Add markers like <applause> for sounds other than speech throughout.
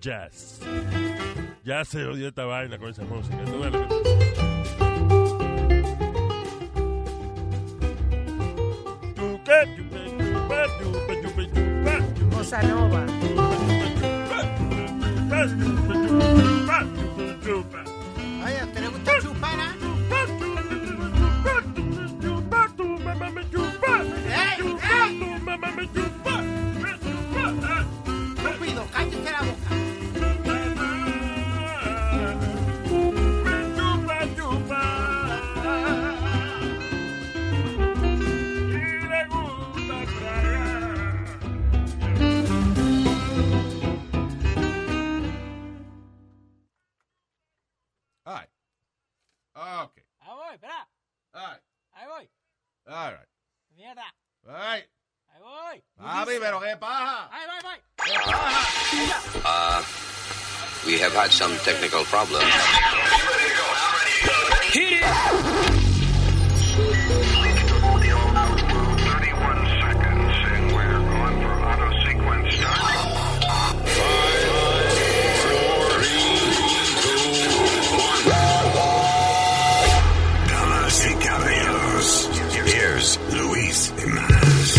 jazz. Ya se odió esta vaina con esa música. Tú ves lo que- Chupa, chupa, chupa, chupa, chupa, chupa, chupa, Bossa Nova. chupa, chupa, chupa, chupa, chupa. Oye, ¿a usted le gusta chupar, ah? Estúpido, cállese la boca. All right. Okay. Ahí voy, espera. All right. Ahí voy. All right. Mierda. All right. Ahí voy. Papi, pero qué paja. Ahí voy, voy. Qué paja. We have had some technical problems. Damas y caballeros, here's Luis Jimenez.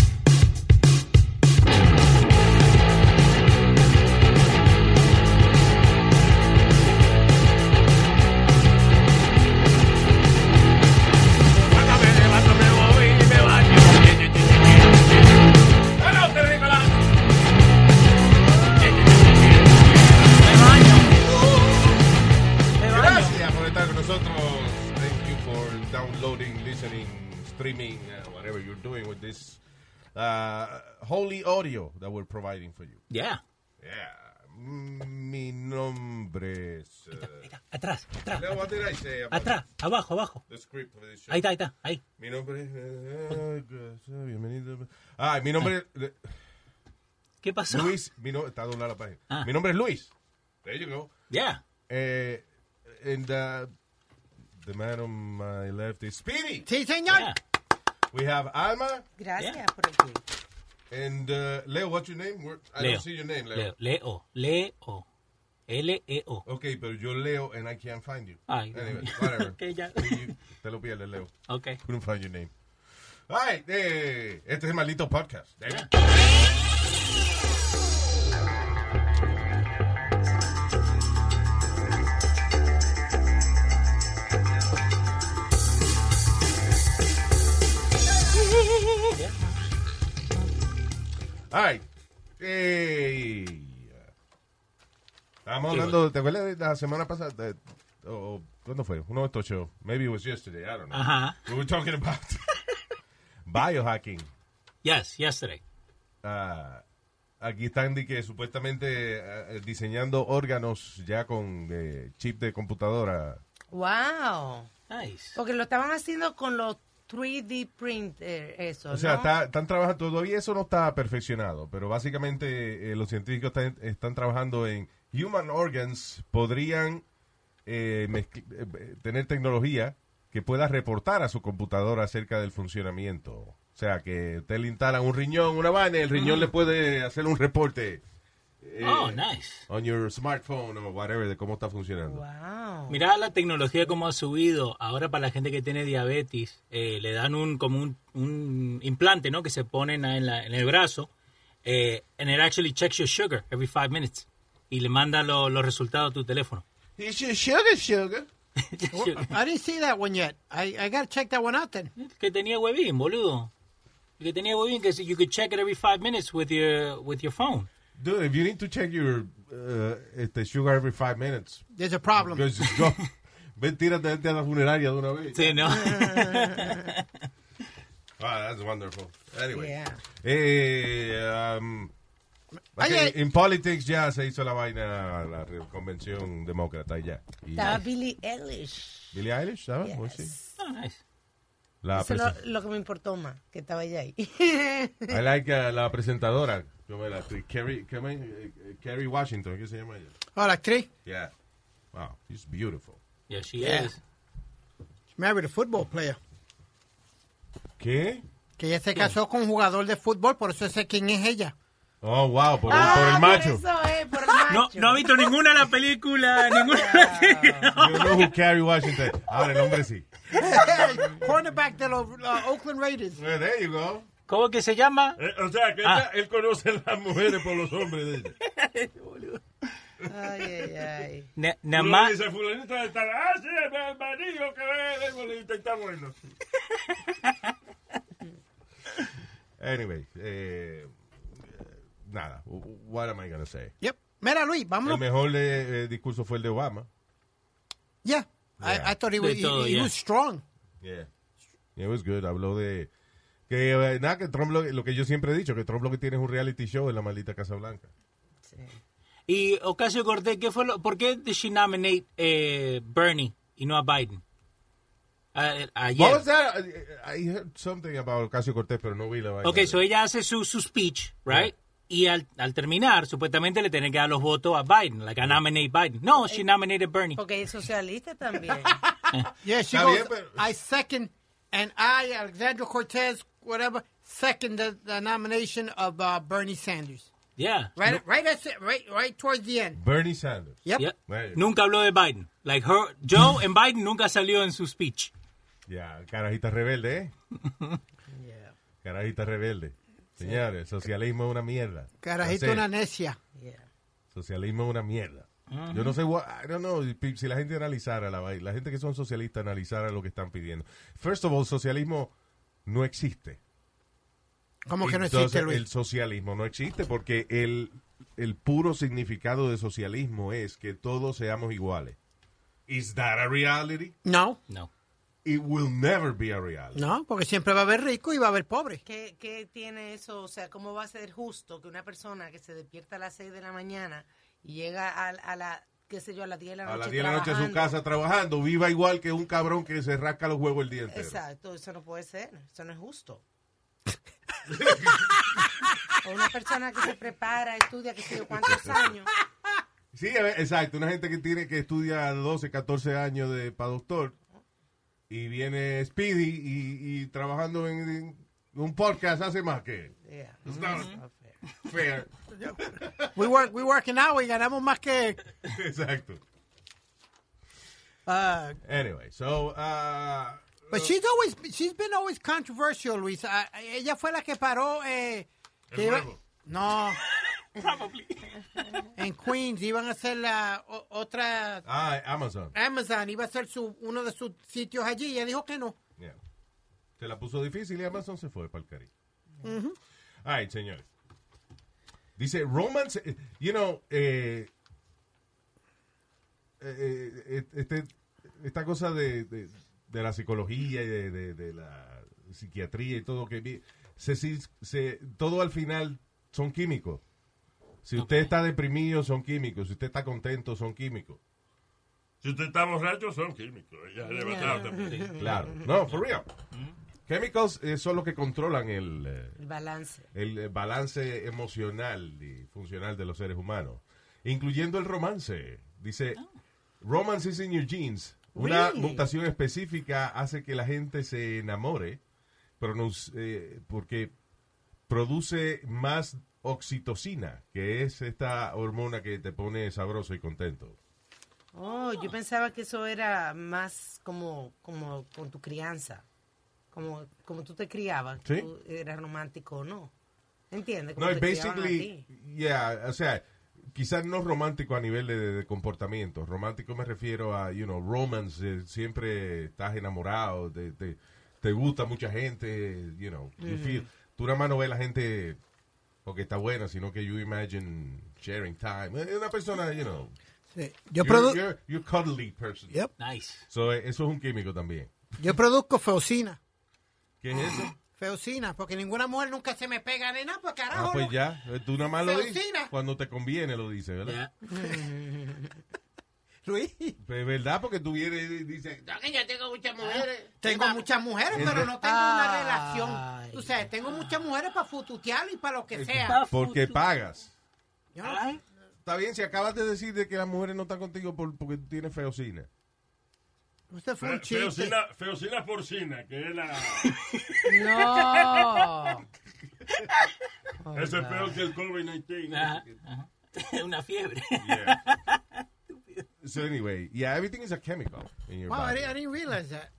Me baño. Gracias por estar con nosotros. Thank you for downloading, listening, streaming, uh, whatever you're doing with this uh, holy audio that we're providing for you. Yeah. Yeah. Mi nombre es. eh, uh, Atrás, atrás, Leo, what did I say about atrás, abajo, abajo. the script of this show? Ahí está, ahí está, ahí. Mi nombre es. eh, gracias, Bienvenido. Ay, mi nombre es. ¿Qué pasó? Luis. Mi no- está doblada la página. Ah. Mi nombre es Luis. There you go. Yeah. Eh, and uh, the man on my left is Speedy. Sí, señor. We have Alma Gracias Yeah. por el tiempo. and uh, Leo. What's your name? Where- I Leo. don't see your name, Leo. Leo, Leo, Leo. E L-E-O. Okay, pero yo Leo and I can't find you. Ay, anyway, Dios mío. whatever. <laughs> Ok, ya. You- Te lo pierdes, Leo. Ok. <laughs> Couldn't find your name. All right, eh, este es el maldito podcast. Damn it. All right. Eh, Estábamos Sí, hablando, ¿te acuerdas de la semana pasada? De- o- ¿Cuándo fue? Uno de estos shows. Maybe it was yesterday, I don't know. Ajá. We were talking about <laughs> biohacking. Yes, yesterday. Ah, aquí están de que supuestamente eh, diseñando órganos ya con eh, chip de computadora. Wow. Nice. Porque lo estaban haciendo con los 3D printer, eh, eso. O sea, ¿no? está- están trabajando, todavía eso no está perfeccionado, pero básicamente eh, los científicos están, están trabajando en human organs, podrían eh, mezcl- eh, eh, tener tecnología que pueda reportar a su computadora acerca del funcionamiento. O sea, que te le instalan un riñón, una vaina, y el riñón le puede hacer un reporte. eh, Oh, nice. On your smartphone o whatever, de cómo está funcionando. Wow. Mirá la tecnología como ha subido. Ahora para la gente que tiene diabetes, eh, le dan un como un, un implante, ¿no? Que se ponen en, la- en el brazo. Eh, and it actually checks your sugar every five minutes. Y le manda lo- los resultados a tu teléfono. <laughs> Sugar, sugar. Sugar. I didn't see that one yet. I, I gotta check that one out then. que tenía huevín, boludo. Que tenía huevín que si- you could check it every five minutes with your with your phone. Dude, if you need to check your uh, este, sugar every five minutes, There's a problem. Because it's gone. Ven, tírate vete a la funeraria de una vez. Sí, ¿no? Ah, that's wonderful. Anyway. Yeah. Eh, um, Ay, okay, ay. in politics ya se hizo la vaina, la re- convención demócrata y ya. Y Estaba Billie Eilish. Billie Eilish, ¿sabes? Yes. Oh, sí. Ah, Oh, nice. La, Eso es lo, presen- lo que me importó más, que estaba ella <laughs> ahí. I like uh, la presentadora. Yo me la actriz Kerry, ¿cómo es? Eh, eh, Kerry Washington, ¿qué se llama ella? Oh, la actriz. Yeah. Wow, she's beautiful. Yeah, she Yeah. is. She married a football player. ¿Qué? Que ella se casó con un jugador de fútbol, por eso sé quién es ella. <laughs> Oh, wow, por, Ah, por el <laughs> macho. Por eso es, por el macho. No, no ha visto ninguna de las <laughs> películas, ninguna de las series. You know who Kerry Washington. Ahora el hombre sí. Cornerback de los uh, Oakland Raiders. Well, there you go. ¿Cómo que se llama? Eh, o sea, que Ah. ella- él conoce a las mujeres por los hombres de <laughs> ella. Ay, ay, ay. Na- Uno Nada más. dice, fulanito de tal, ah, sí, el el marido que ve, es bonito y está bueno. <laughs> Anyway, eh, nada. What am I gonna say? Yep. Mira, Luis, El vámonos. mejor eh, eh, discurso fue el de Obama. Yeah. I, I thought he was, De he, todo, he yeah. was strong. Yeah. It was good. Habló de que eh, nada que Trump lo, lo que yo siempre he dicho que Trump lo que tiene es un reality show en la maldita Casa Blanca. Y Ocasio Cortés, ¿qué fue lo, ¿por qué did she nominate eh, Bernie y no a Biden? A- What ayer. was that? eh, I, I heard something about Ocasio Cortés, pero no vi la vaina. Ok, so ella hace su, su speech, Yeah. right? Y al, al terminar, supuestamente le tienen que dar los votos a Biden, like I nominate Biden. No, she nominated Bernie. Porque es socialista <laughs> también. Yeah, she Está goes, bien, pero- I second, and I, Alexandra Cortez, whatever, second the, the nomination of uh, Bernie Sanders. Yeah. Right, right, at, right, right towards the end. Bernie Sanders. Yep. Yeah. Right. Nunca habló de Biden. Like her, Joe and Biden nunca salió en su speech. Ya, carajita rebelde, <laughs> ¿eh? Yeah, Carajita rebelde. Señores, el socialismo es una mierda. Carajito Entonces, una necia. yeah. Socialismo es una mierda. Yo no sé, wha- I don't know, pi- si la gente analizara, la, vai- la gente que son socialistas analizara lo que están pidiendo. First of all, socialismo no existe. ¿Cómo que no Entonces, existe, El Luis? socialismo no existe porque el, el puro significado de socialismo es que todos seamos iguales. Is that a reality? No, No. It will never be a reality. no, porque siempre va a haber rico y va a haber pobre. ¿Qué, ¿Qué tiene eso? O sea, ¿cómo va a ser justo que una persona que se despierta a las 6 de la mañana y llega a, a la, qué sé yo, a las 10 de la noche A las 10 de la noche en su trabajando? casa trabajando, viva igual que un cabrón que se rasca los huevos el día entero. Exacto, eso no puede ser, eso no es <laughs> justo. o una persona que se prepara, estudia, que sé yo <laughs> cuántos años. Sí, a ver, exacto. Una gente que tiene que estudia 12, 14 años de para doctor y viene Speedy y, y trabajando en, en un podcast hace más que él. Yeah. It's not not Ah, fair. fair. <laughs> We work, we work an hour y ganamos más que... Exacto. Uh, Anyway, so uh, but she's always, she's been always controversial, Luis. Ah, ella fue la que paró... Eh, que iba- huevo. <laughs> no. En Queens iban a hacer la o- otra... ah, Amazon. Amazon iba a hacer su, uno de sus sitios allí y ella dijo que no. Yeah. Se la puso difícil y Amazon se fue para el cariño. Ay, señores. Dice, romance, eh, you know, eh, eh, eh, este- esta cosa de, de- de la psicología y de, de- de la psiquiatría y todo que vi- se, si- se- todo al final son químicos. Si usted está deprimido, son químicos. Si usted está contento, son químicos. Si usted está borracho, son químicos. Ella es arrebatada también. Claro. No, for real. Chemicals eh, son los que controlan el... eh, El balance. el eh, balance emocional y funcional de los seres humanos, incluyendo el romance. Dice, romance is in your genes. Una Really? mutación específica hace que la gente se enamore, pero nos, eh, porque produce más oxitocina, que es esta hormona que te pone sabroso y contento. Oh, yo pensaba que eso era más como, como con tu crianza. Como, como tú te criabas, Sí. tú eras romántico o no. ¿Entiendes? Como No, te es criaban a basically, ti. yeah, o sea, quizás no romántico a nivel de, de comportamiento. Romántico me refiero a, you know, romance, eh, siempre estás enamorado, te, te, te gusta mucha gente, you know. you feel- tú nada más no ves la gente porque está buena, sino que you imagine sharing time. Es una persona, you know, Yo, you're, produ- you're, you're cuddly person. Yep. Nice. So, eh, eso es un químico también. yo produzco feocina. ¿Qué es eso? Feocina, porque ninguna mujer nunca se me pega de nada, pues carajo. Ah, pues no. ya, eh, tú nada más lo dices. Seducina. Cuando te conviene lo dices, ¿verdad? Yeah. Luis, Pues, ¿Verdad? Porque tú vienes y dices, tengo muchas mujeres, pero no tengo una relación. Tú sabes, Ah. tengo muchas mujeres para fututear y para lo que sea. Porque pagas. Yo no- Está bien, si acabas de decir de que las mujeres no están contigo por, porque tú tienes feocina. Usted fue un Fe- chiste. Feocina, feocina porcina, que es la. No. Oh, Eso es peor que el COVID-19. Ah. Ajá. <laughs> una fiebre. Yeah. so anyway, yeah, everything is a chemical in your Wow, I body. didn't, I didn't realize that.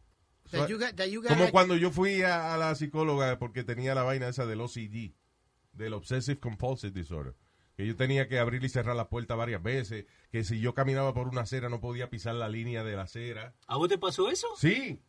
That So- you got, that you got Como like- cuando yo fui a, a la psicóloga porque tenía la vaina esa del OCD, del Obsessive Compulsive Disorder. Que yo tenía que abrir y cerrar la puerta varias veces. Que si yo caminaba por una acera no podía pisar la línea de la acera. ¿A vos te pasó eso? Sí,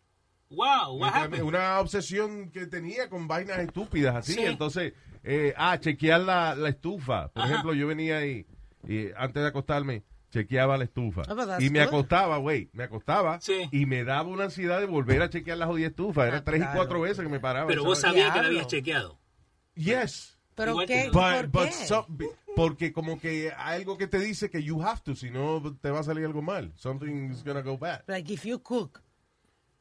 Wow, what Una- happened? Una obsesión que tenía con vainas estúpidas así. Sí. Entonces, eh, ah, chequear la, la estufa. Por ejemplo, yo venía y, y antes de acostarme, chequeaba la estufa. Ah, but that's Y me good. acostaba, güey, me acostaba. Sí. Y me daba una ansiedad de volver a chequear la jodida estufa. Era Ah, tres y claro. cuatro veces que me paraba. Pero vos ¿sabes? sabías que la Diablo. habías chequeado. Yes. Pero Igual qué, que- ¿por But, but qué? so- porque como que hay algo que te dice que you have to, si no te va a salir algo mal. Something's gonna go bad. Like if you cook,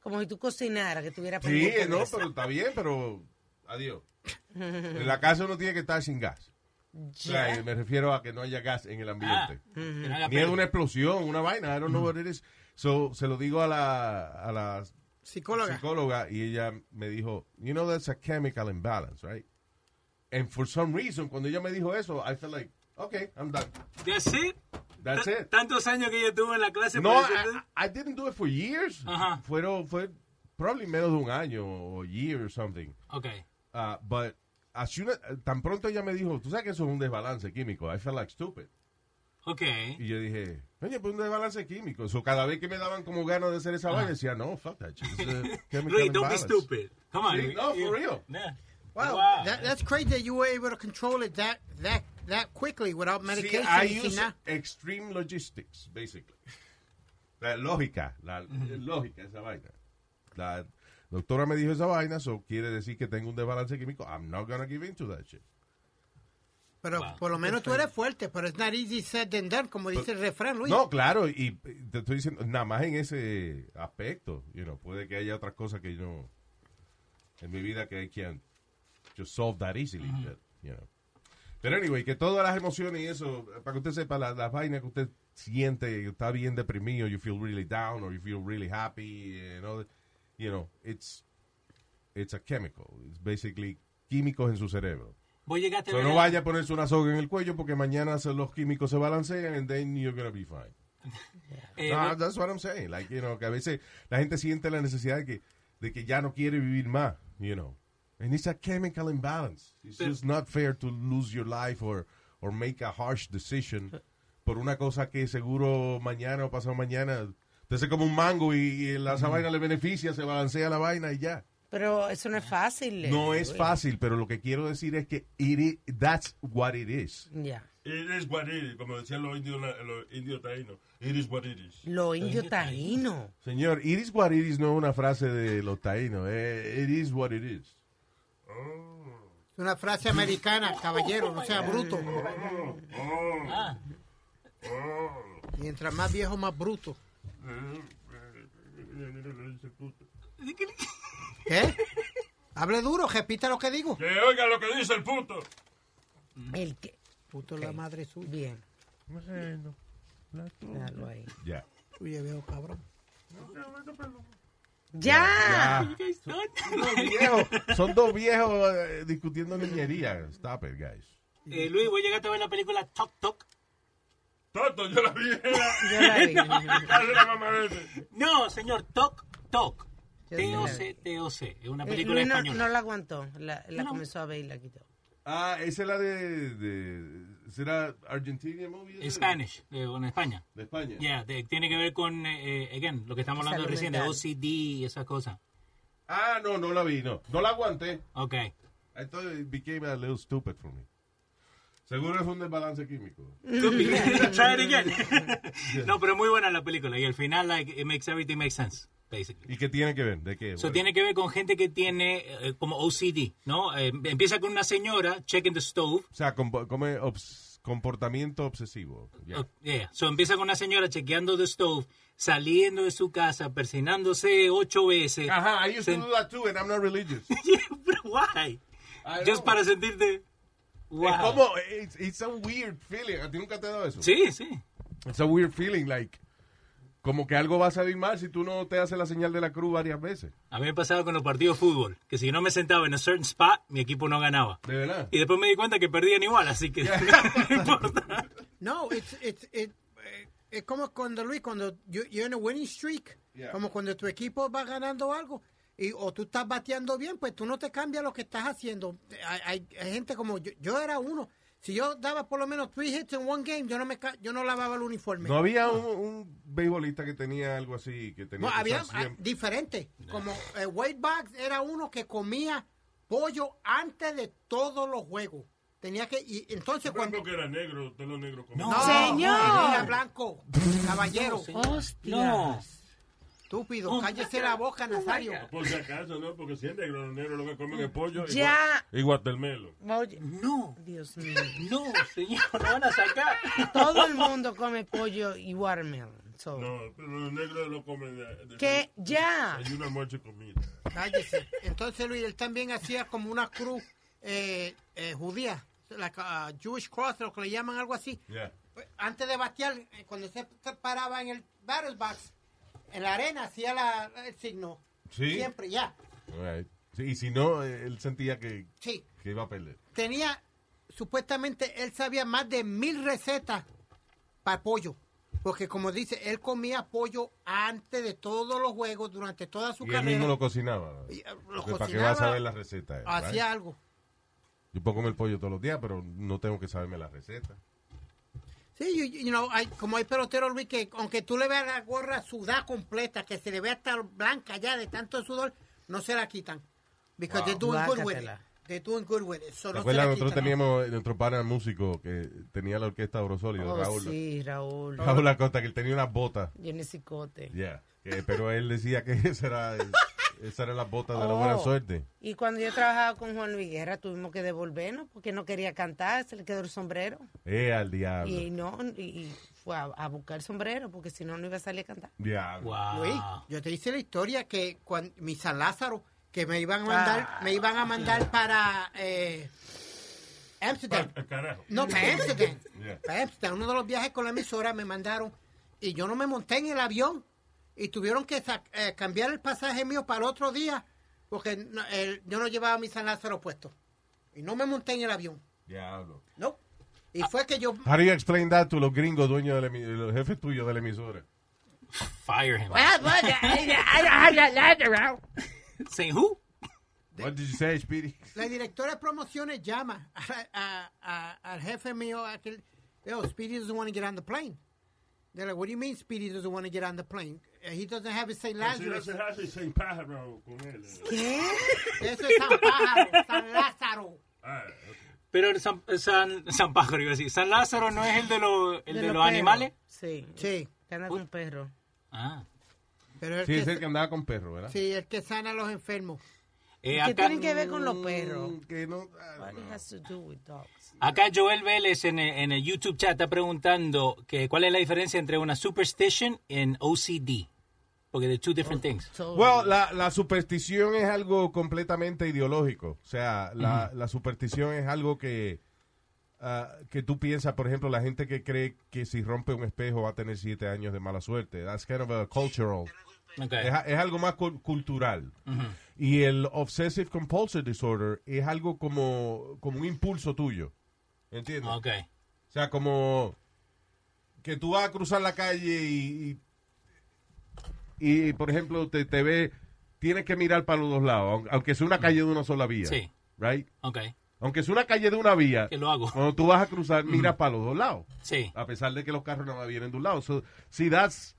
como si tú cocinaras, que tuviera Sí, pendiente de no, pues, eso. pero está bien, pero adiós. En la casa uno tiene que estar sin gas. O sea, eh, me refiero a que no haya gas en el Ah, ambiente. que no haga Ni es pedo. una explosión, una vaina, I don't know what it is. So, se lo digo a la, a la Psicóloga. psicóloga y ella me dijo, you know that's a chemical imbalance, right? And for some reason, cuando ella me dijo eso, I felt like, okay, I'm done. That's it. That's T- it. Tantos años que yo estuve en la clase. No, ah, parece I, que- I- I didn't do it for years. Ajá. Fueron, fue probably menos de un año o year or something. Ok. Uh, but as soon as- tan pronto ella me dijo, tú sabes que eso es un desbalance químico. I felt like stupid. Ok. Y yo dije, oye, pues un desbalance químico. So, cada vez que me daban como ganas de hacer esa vaina, decía, no, fuck that shit. It's <laughs> a chemical Luis, Ah. don't be imbalance." stupid. Come on. Sí, Luis. no, for Yeah. real. Yeah. Wow, Wow. that- that's crazy that you were able to control it that that that quickly without medication. See, I y sin use nada. extreme logistics, basically. La lógica, la lógica, esa vaina. La doctora me dijo esa vaina, so quiere decir que tengo un desbalance químico. I'm not gonna give into that shit. Pero por lo menos tú eres fuerte, pero it's not easy said than done, como dice el refrán, Luis. Pues, No, claro, y eh, te estoy diciendo, nada más en ese aspecto, you know, puede que haya otras cosas que yo no, en mi vida que I can't just solve that easily, but, you know. Pero anyway, que todas las emociones y eso, eh, para que usted sepa, la- las vainas que usted siente, está bien deprimido, you feel really down, or you feel really happy, and all that, you know, it's, it's a chemical, it's basically químicos en su cerebro. Vos llegaste a So ver no a- vaya a ponerse una soga en el cuello porque mañana se- los químicos se balancean and then you're gonna be fine. eh, No, that's what I'm saying. Like, you know, que a veces la gente siente la necesidad de que, de que ya no quiere vivir más, you know. And it's a chemical imbalance. It's Pero- just not fair to lose your life or, or make a harsh decision por una cosa que seguro mañana o pasado mañana te hace como un mango y, y la esa vaina le beneficia, se balancea la vaina y ya. Pero eso no es fácil. No eh, es güey. fácil, pero lo que quiero decir es que it i- that's what it is. Ya. It is what it is, como decían los indios, los indios taínos. It is what it is. Lo indio taíno. Señor, it is what it is no es una frase de los taínos. eh, it is what it is. Es una <laughs> frase americana, caballero, no Oh sea bruto. oh, Mientras más viejo, más bruto. <laughs> ¿Qué? ¿Eh? Hable duro, repita lo que digo. Que oiga lo que dice el puto. Mm. El que... Puto la madre suya. Bien, dalo ahí. Ya. Oye, viejo cabrón. ¡Ya! Ah, viejo, son dos viejos eh, discutiendo niñería. Stop it, guys. <laughs> eh, Luis, vos llegaste a ver la película Tok Tok. Toto, yo la vi en la Yo la <laughs> vi. casa de la mamá de ese. No, señor, Tok Tok. Yo sí la T-O-C, T-O-C. Es una Eh, película Luis no, no española. la aguantó. La, la No. comenzó a ver y la quitó. Ah, esa es la de. de- ¿Será Argentina movie? esa? En Spanish, de, en España. De España. Yeah, de- tiene que ver con, eh, eh, again, lo que estamos hablando Salud recién, de mental. OCD y esas cosas. Ah, no, no la vi, no. No la aguanté. <laughs> Ok. I thought it became a little stupid for me. Seguro es un desbalance químico. Could be. <laughs> Try it again. <laughs> no, pero es muy buena la película. Y al final, like, it makes everything make sense, basically. ¿Y qué tiene que ver? ¿De qué? Eso tiene que ver con gente que tiene eh, como OCD, ¿no? Eh, empieza con una señora checking the stove. O sea, compo- como es obs- comportamiento obsesivo. Ya. Oh, yeah. So empieza con una señora chequeando the stove, saliendo de su casa, persinándose ocho veces. Ajá, I used to Sen- do that too, and I'm not religious. Pero why? I Just know. para sentirte. Wow. Es como, it's, it's a weird feeling. ¿A ti nunca te ha dado eso? Sí, sí. It's a weird feeling, like, como que algo va a salir mal si tú no te haces la señal de la cruz varias veces. A mí me pasaba con los partidos de fútbol, que si yo no me sentaba en a certain spot, mi equipo no ganaba. De verdad. <laughs> Y después me di cuenta que perdían igual, así que no importa. No, it's, it's, it- eh, es como cuando Luis, cuando you- you're in a winning streak, Yeah. como cuando tu equipo va ganando algo y o tú estás bateando bien, pues tú no te cambias lo que estás haciendo. Hay, hay- hay gente como yo, yo era uno. Si yo daba por lo menos three hits en one game, yo no me ca- yo no lavaba el uniforme. No había un, un beisbolista que tenía algo así, que tenía No, que había usar siempre- ah, diferente. Como eh, Wade Boggs era uno que comía pollo antes de todos los juegos. Tenía que y entonces cuando que era negro, todos los negros comían. No. Señor. Era blanco, caballero, No. estúpido, cállese la boca, Nazario. Por si acaso, ¿no? Porque si es negro, los negros lo que comen es pollo y Ya. gua- y guatemelo. Oye, No. Dios mío. No, señor, lo van a sacar. Todo el mundo come pollo y watermelon. so, No, pero los negros lo comen de, de- Que ya. Hay una noche comida. Cállese. Entonces Luis, él también hacía como una cruz eh, eh, judía, la ca- ah, Jewish cross, lo que le llaman algo así. Yeah. Antes de batear, eh, cuando se paraba en el battle box, en la arena hacía la- el signo. Sí. Siempre, ya. All right. Sí, y si no, eh, él sentía que, Sí. que iba a perder. tenía, supuestamente él sabía más de mil recetas para pollo. Porque como dice, él comía pollo antes de todos los juegos, durante toda su Y él carrera. mismo lo cocinaba. Y, eh, ¿Para lo qué va a cocinaba, saber la receta? eh, Hacía right? algo. Yo puedo comer pollo todos los días, pero no tengo que saberme la receta. Sí, you, you know, hay- como hay peloteros, Luis, que aunque tú le veas la gorra sudada completa, que se le vea hasta blanca ya de tanto sudor, no se la quitan. Because they're doing good with it. Guácatela. They're doing good with it. So ¿Te no se la acuerdas? Nosotros quitan. teníamos, eh, nuestro pana músico que tenía la orquesta Orosólido, Oh, Raúl. sí, Raúl. Raúl Acosta, que él tenía unas botas. Tiene cicote. Yeah. Que- pero él decía que <laughs> esa era, esa era la bota de la Oh. buena suerte. Y cuando yo trabajaba con Juan Luis Guerra, tuvimos que devolvernos porque no quería cantar, se le quedó el sombrero. Eh, al diablo. Y no, y, y fue a, a buscar el sombrero porque si no, no iba a salir a cantar. Diablo. Wow. Luis, yo te hice la historia que cuando mi San Lázaro que me iban a mandar, me iban a mandar para eh, Amsterdam. Ah, Carajo. No, para Amsterdam. Yeah. Para Amsterdam, uno de los viajes con la emisora me mandaron y yo no me monté en el avión y tuvieron que sa- eh, cambiar el pasaje mío para el otro día porque no- el- yo no llevaba mi San Lázaro puesto y no me monté en el avión. Diablo. No. Y fue que yo How do you explain that to los gringos dueños del emi- los jefes tuyos de la emisora? Fire him. Say who? What did you say, Speedy? La directora de promociones llama a- a- a- al jefe mío, aquel, yo, Speedy doesn't want to get on the plane. They're like, what do you mean Speedy doesn't want to get on the plane? Eh, He doesn't have his St. Ah, Si no Lazarus. se hace sin pájaro con él. eh. Eso es San Pájaro, San Lázaro. Ah, Pero el San, San, San Pájaro, iba a decir. San Lázaro no es el de, los- el de, los, perros. animales. Sí. Sí, Que anda con perro. Ah. pero el Sí, es que, el que andaba con perro, ¿verdad? sí, el que sana a los enfermos. Eh, ¿Qué acá, tienen que ver con los perros? Mm, Que no, What ah, it has to do with dogs? acá Joel Vélez en el, en el YouTube chat está preguntando que cuál es la diferencia entre una superstition y OCD. Porque they're two Oh. different things. So- Well, la, la superstición es algo completamente ideológico. O sea, la, la superstición es algo que, ah, que tú piensas, por ejemplo, la gente que cree que si rompe un espejo va a tener siete años de mala suerte. That's kind of a cultural. Okay. Es, a- es algo más cul- cultural. Y el obsessive compulsive disorder es algo como, como un impulso tuyo. ¿Entiendes? Ok. O sea, como que tú vas a cruzar la calle y, y, y, por ejemplo, te, te ve, tienes que mirar para los dos lados, aunque- aunque sea una calle de una sola vía. Sí. Right? Ok. Aunque sea una calle de una vía, Que lo hago. cuando tú vas a cruzar, mira para los dos lados, Sí. a pesar de que los carros nada más vienen de un lado. So, si das,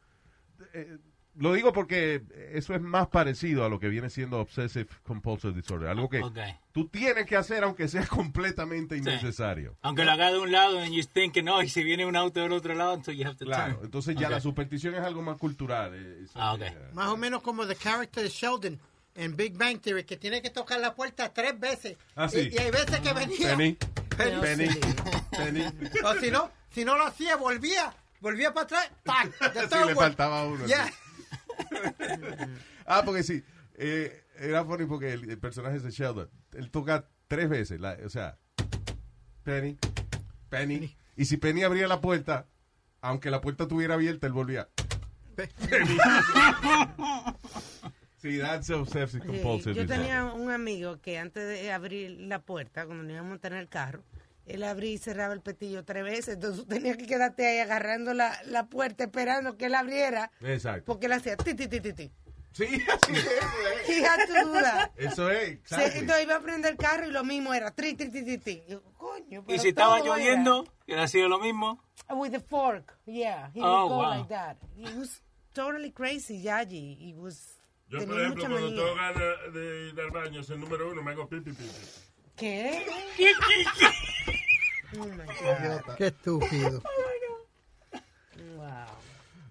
eh, lo digo porque eso es más parecido a lo que viene siendo obsessive compulsive disorder, algo que Ok. tú tienes que hacer aunque sea <laughs> completamente innecesario. Aunque lo haga de un lado, and you think que no, y si viene un auto del otro lado, entonces you have to Claro, turn. entonces ya Ok. la superstición es algo más cultural. eh, es- Ah, ok. eh, Más o menos como The Character de Sheldon en Big Bang Theory, que tiene que tocar la puerta tres veces. Ah, sí. y, y hay veces que venía. Penny, Penny. Penny, Penny. <laughs> O si no, si no lo hacía, volvía, volvía para atrás, ¡tac! <laughs> The Sí, third le one. faltaba uno. Yeah. Ah, porque sí, eh, era funny porque el, el personaje de Sheldon, él toca tres veces, la- o sea, Penny, Penny. Y si Penny abría la puerta, aunque la puerta estuviera abierta, él volvía. Penny. sí, that's obsessive Sí, compulsive. yo disorder. tenía un amigo que antes de abrir la puerta, cuando nos íbamos a montar en el carro, él abría y cerraba el petillo tres veces. Entonces tú tenías que quedarte ahí agarrando la, la puerta, esperando que él abriera, Exacto. porque él hacía ti, ti, ti, ti, ti. Sí, así es, güey. Y ya tú dudas. Eso es, Sí, exacto. entonces iba a prender el carro y lo mismo era tri, tri, tri, tri, tri. Yo, coño, Y pero si estaba todo era- lloviendo, que ha sido lo mismo. With the fork, yeah. He Oh, would go wow. like that. He was totally crazy, Yaji. He was... Yo, tenía por ejemplo, mucha cuando manía. tengo ganas de ir al baño, es el número uno, me hago pipi, pipi. ¿Qué? oh, my God. Qué estúpido. Wow.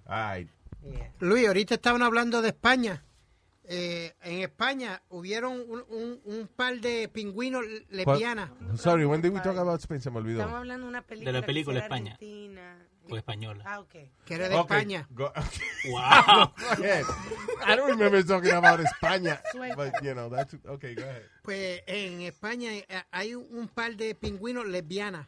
Ay, Yeah. Luis, ahorita estaban hablando de España. Eh, en España hubieron un, un- un par de pingüinos lesbianas. Sorry, when did we talk about Spain? Se me olvidó. Estamos hablando de una película. De la que película será España. Argentina. O española. Ah, ok. que era de Okay, España. go- <laughs> Ah. ¡Wow! <laughs> ahead. I don't remember talking about España. Suelta. But, you know, that's... Okay, go ahead. Pues en España eh, hay un- un par de pingüinos lesbianas.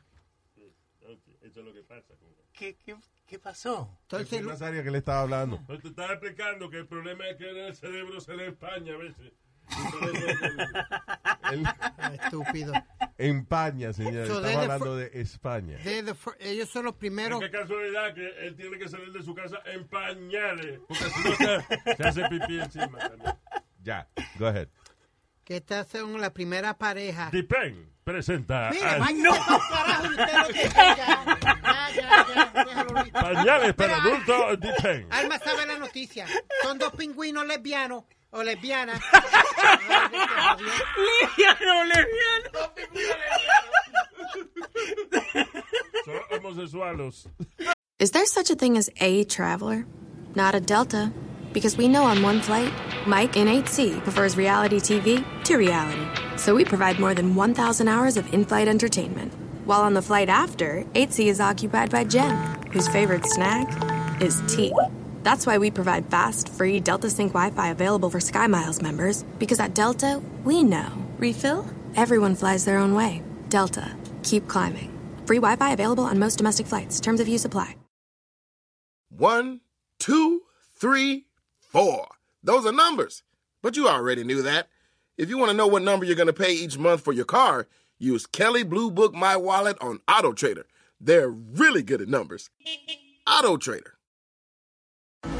Eso es lo que pasa. con- ¿Qué, qué, qué pasó? Entonces, Es área que le estaba hablando. Pues te estaba explicando que el problema es que en el cerebro se le empaña a veces. Y por eso- Él- Lu- <laughs> estúpido. España, señores. So Estamos then the hablando fir- de España. They're the fir- ellos son los primeros. Qué casualidad que él tiene que salir de su casa en pañales. Porque si no se, se hace pipí encima también. Ya, go ahead. que estas son la primera pareja. Dipen presenta Mira, al- vaya pa'l carajo, usted lo que- ya, ya, ya, ya, déjalo, Luis. <laughs> pañales para Mira, adultos Dipen. <laughs> Alma sabe la noticia. Son dos pingüinos lesbianos o lesbianas. ¡Lesbiano, lesbiano! Son homosexuales. Is there such a thing as a traveler? Not a Delta. Because we know on one flight, Mike in 8C prefers reality TV to reality. So we provide more than 1,000 hours of in flight entertainment. While on the flight after, 8C is occupied by Jen, whose favorite snack is tea. That's why we provide fast, free Delta Sync Wi Fi available for SkyMiles members. Because at Delta, we know. Refill? Everyone flies their own way. Delta, keep climbing. Free Wi Fi available on most domestic flights. Terms of use apply. One, two, three, four. Those are numbers. But you already knew that. If you want to know what number you're going to pay each month for your car, use Kelly Blue Book My Wallet on Auto Trader. They're really good at numbers. Auto Trader.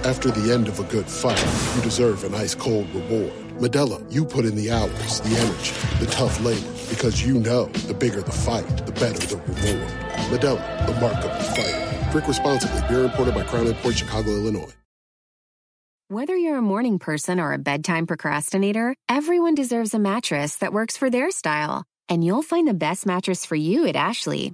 After the end of a good fight, you deserve an ice cold reward. Medella, you put in the hours, the energy, the tough labor, because you know the bigger the fight, the better the reward. Medella, the mark of the fighter. Drink responsibly. Beer imported by Crown Port Chicago, Illinois. Whether you're a morning person or a bedtime procrastinator, everyone deserves a mattress that works for their style. And you'll find the best mattress for you at Ashley.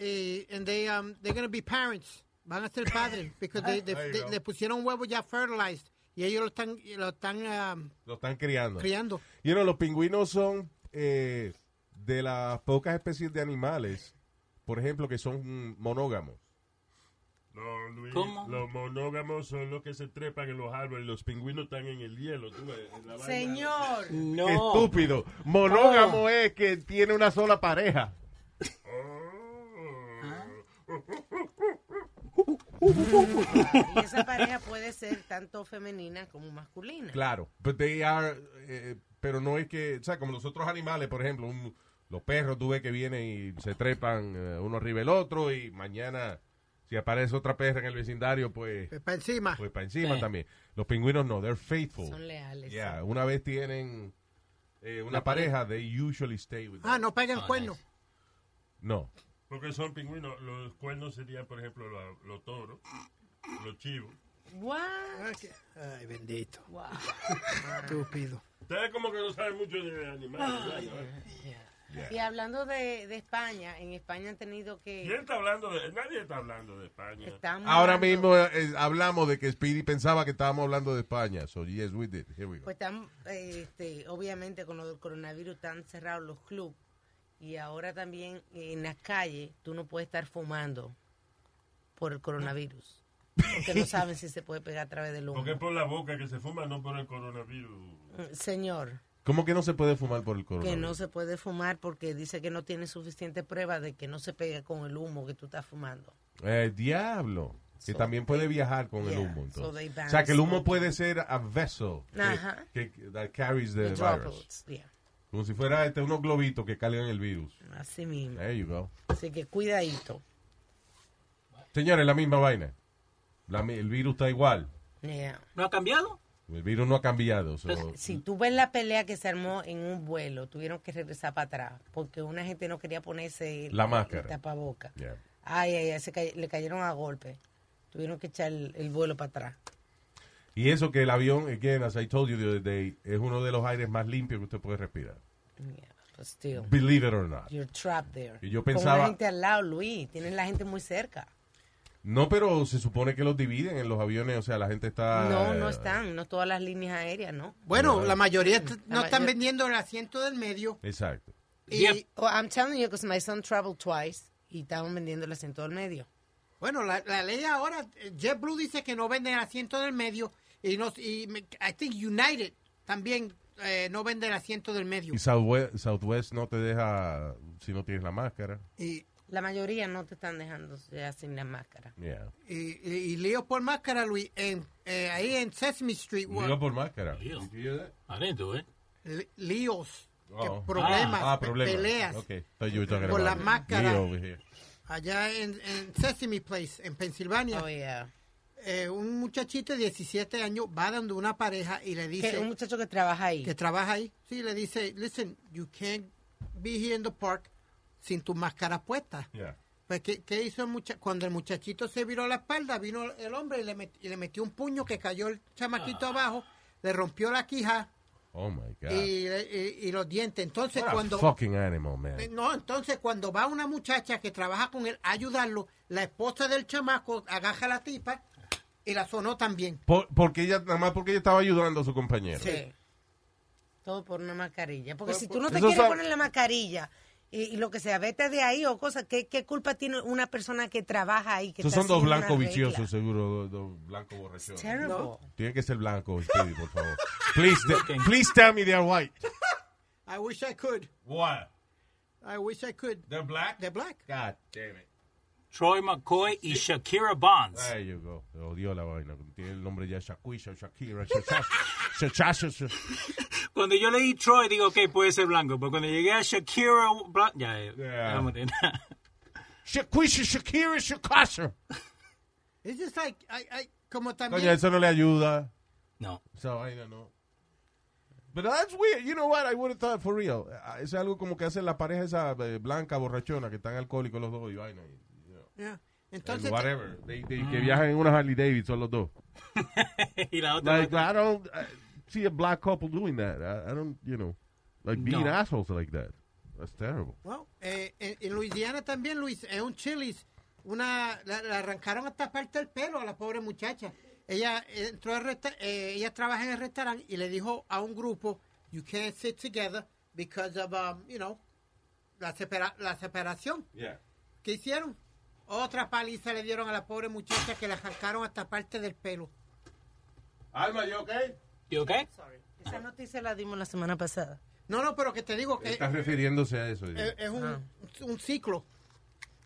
eh, and they um they're gonna be parents. Van a ser padres because they, they- <laughs> There you they- go. le pusieron huevos ya fertilized y ellos lo están lo están um, Lo están criando. criando. You know, los pingüinos son eh, de las pocas especies de animales, por ejemplo, que son monógamos. No, Luis, ¿Cómo? los monógamos son los que se trepan en los árboles. Los pingüinos están en el hielo. Tú ves, en la vaina. Señor. Qué No. Estúpido. Monógamo es que tiene una sola pareja. Y esa pareja puede ser tanto femenina como masculina. Claro, but they are, eh, pero no es que, o sea, como los otros animales, por ejemplo, un- los perros, tú ves que vienen y se trepan eh, uno arriba del otro y mañana, si aparece otra perra en el vecindario, pues, Para encima. pues para encima Sí. también. Los pingüinos no, they're faithful. Son leales. Yeah, una vez tienen eh, una pareja, they usually stay with Ah, them. no pegan cuernos. No. Porque son pingüinos. Los cuernos serían, por ejemplo, la- los toros, los chivos. What? Ay, bendito. Estúpido. Ustedes como que no saben mucho de animales. ¿verdad? Y hablando de, de España, en España han tenido ¿Quién que... está hablando de...? Nadie está hablando de España. estamos Ahora hablando- mismo eh, hablamos de que Speedy pensaba que estábamos hablando de España. So, yes, we did. Here we go. Pues están, eh, este, obviamente con lo del coronavirus están cerrados los clubes Y ahora también en las calles tú no puedes estar fumando por el coronavirus. Porque no saben si se puede pegar a través del humo. Porque es por la boca que se fuma, no por el coronavirus. Señor, ¿Cómo que no se puede fumar por el que coronavirus? no se puede fumar porque dice que no tiene suficiente prueba de que no se pega con el humo que tú estás fumando. El Eh, diablo. Que So también puede viajar con el yeah, humo. so they entonces. ban o sea, que el humo smoking. puede ser a vessel que- Ajá. que, that carries the, The virus. droplets, yeah. Como si fuera este, unos globitos que cargan el virus. Así mismo. There you go. Así que cuidadito. Señores, la misma vaina. La mi- el virus está igual. Yeah. ¿No ha cambiado? El virus no ha <laughs> cambiado. so- Si tú ves la pelea que se armó en un vuelo, tuvieron que regresar para atrás porque una gente no quería ponerse el- La máscara. el tapaboca. Yeah. Ay, ay, ay, se cay- le cayeron a golpe. Tuvieron que echar el, el vuelo para atrás. Y eso que el avión, again, as I told you the other day, es uno de los aires más limpios que usted puede respirar. Yeah, but still. Believe it or not. Pues, You're trapped there. Mm. Y yo Con pensaba- la gente al lado, Luis. Tienen la gente muy cerca. No, pero se supone que los dividen en los aviones, o sea, la gente está... No, no están. No todas las líneas aéreas, ¿no. Bueno, la mayoría est- La no están mayor- vendiendo el asiento del medio. Exacto. Y, Oh, I'm telling you, because my son traveled twice y estaban vendiendo el asiento del medio. Bueno, la, la ley ahora, eh, JetBlue dice que no vende el asiento del medio y, no, y me- I think United también eh, no vende el asiento del medio. Y Southwest, Southwest no te deja si no tienes la máscara. Y, La mayoría no te están dejando ya sin la máscara. Yeah. y, y, y Leo por máscara, Luis, en, eh, ahí en Sesame Street. wa- Digo por máscara. I didn't do it. li- líos, que Oh. problemas, Ah, ah, pe- problemas. peleas. Okay. Thought you were talking Con about la máscara. me over here. Allá en, en Sesame Place, en Pensilvania. Oh, yeah. eh, un muchachito de 17 años va dando una pareja y le dice... Que un muchacho que trabaja ahí. que trabaja ahí, sí, le dice, listen, you can't be here in the park sin tu máscara puesta. Yeah. Pues, ¿qué, qué hizo el mucha- Cuando el muchachito se viró la espalda, vino el hombre y le, met- y le metió un puño que cayó el chamaquito abajo, le rompió la quija Oh, my God. y, y- y los dientes. Entonces, What a cuando... fucking animal, man. Eh, No, entonces cuando va una muchacha que trabaja con él a ayudarlo, la esposa del chamaco agarra a la tipa y la sonó también. Por- porque ella, nada más porque ella estaba ayudando a su compañero. Sí. Todo por una mascarilla. Porque Todo si por- tú no te Eso quieres sabe- poner la mascarilla y, y lo que sea, vete de ahí o cosas, ¿qué, qué culpa tiene una persona que trabaja ahí? Que Esos está son dos haciendo una blancos regla? viciosos, seguro. Dos, dos blancos borrachos. Terrible. Tiene que ser <laughs> blanco, Speedy, por favor. Please, de- please tell me they are white. I wish I could. What? I wish I could. They're black? They're black. God damn it. Troy McCoy y Shakira Bonds. There you go. Odio la vaina. Tiene el nombre ya Shaquisha, Shakira, Shakira, Shakira. Cuando yo leí Troy, digo, ok, puede ser blanco. Pero cuando llegué a Shakira Bla- ya, eh, Yeah. vamos <laughs> de- Shakisha, Shakira, Shakasha. It's just like, I- I- como también... Coño, eso no le ayuda. No. Esa vaina no. But that's weird. You know what? I would have thought for real. Ah, Es algo como que hace la pareja esa eh, blanca borrachona que están alcohólicos los dos y vaina. y, you know. Yeah. And Entonces, Ah. whatever. They- they- Que viajan en una Harley Davidson los dos. y la otra. Like, I don't uh, see a black couple doing that. I, I don't, you know, like being No. assholes like that. That's terrible. Well, eh, en, en Luisiana también, Luis, es un chilis. Una, la, la arrancaron hasta parte del pelo a la pobre muchacha. Ella entró al resta- eh, ella trabaja en el restaurante y le dijo a un grupo, you can't sit together because of, um, you know, la, separa- la separación. Yeah. ¿Qué hicieron? Otra paliza le dieron a la pobre muchacha que la arrancaron hasta parte del pelo. Alma, you okay? ¿You okay? Esa noticia la dimos la semana pasada. No, no, pero que te digo que Estás refiriéndose a eso. es, es un, un ciclo.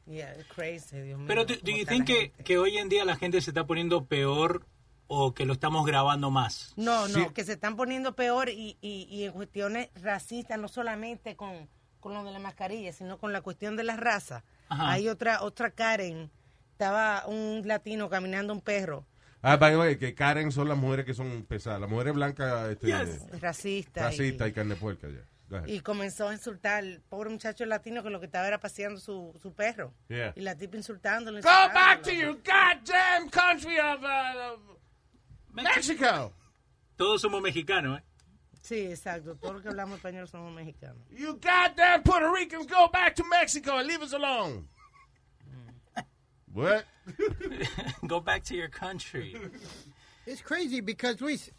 Yeah, it's crazy, Dios mío. Pero, ¿do, do cómo you está think la que, gente. que hoy en día la gente se está poniendo peor o que lo estamos grabando más? No, no, Sí. que se están poniendo peor y, y, y en cuestiones racistas, no solamente con, con lo de la mascarilla, sino con la cuestión de la raza. Ajá. Hay otra, otra Karen, estaba un latino caminando un perro, Ah, by the way, que Karen son las mujeres que son pesadas. Las mujeres blancas, este, racista. y- racista y carne puerca. ya. Go ahead. Y comenzó a insultar al pobre muchacho latino que lo que estaba era paseando su, su perro. Yeah. Y la tipa insultándolo. Go insultándolo. back to your goddamn country of, uh, of Mexico. Todos somos mexicanos, ¿eh? <laughs> Sí, exacto. Todos los que hablamos español somos mexicanos. You goddamn Puerto Ricans, go back to Mexico and leave us alone. What? Go back to your country. It's crazy because Luis,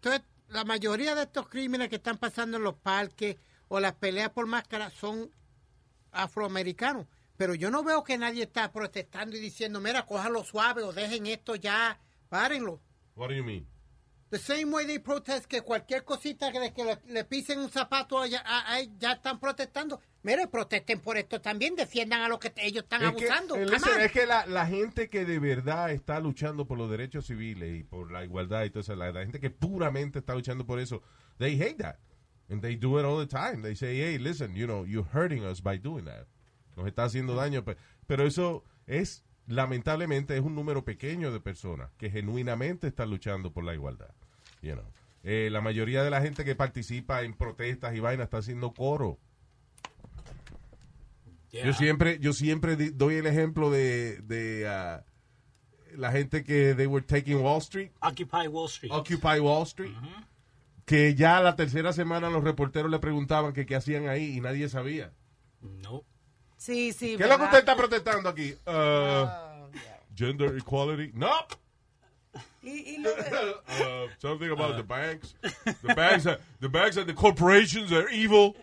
to- la mayoría de estos crímenes que están pasando en los parques o las peleas por máscara son afroamericanos. Pero yo no veo que nadie está protestando y diciendo, mira, cójalo suave o dejen esto ya, párenlo. What do you mean? The same way they protest que cualquier cosita que le, que le- le pisen un zapato allá- a- a- ya están protestando. Mire, protesten por esto también, defiendan a los que te- ellos están Es que, abusando. eh, Come listen, on. es que la, la gente que de verdad está luchando por los derechos civiles y por la igualdad y todo eso, la, la gente que puramente está luchando por eso, they hate that. And they do it all the time. They say, hey, listen, you know, you're hurting us by doing that. Nos está Mm. haciendo daño. pe- Pero eso es, lamentablemente, es un número pequeño de personas que genuinamente están luchando por la igualdad. You know. Eh, la mayoría de la gente que participa en protestas y vainas está haciendo coro. Yo siempre, yo siempre di- doy el ejemplo de, de, ah, la gente que they were taking Wall Street, Occupy Wall Street. Occupy Wall Street, que ya la tercera semana los reporteros le preguntaban que qué hacían ahí y nadie sabía. No. Sí, sí. ¿Qué es lo que ¿verdad? usted está protestando aquí? Ah, Gender equality. No. Y, y lo de- Uh, something about the banks. The banks, are- the banks and the corporations are evil.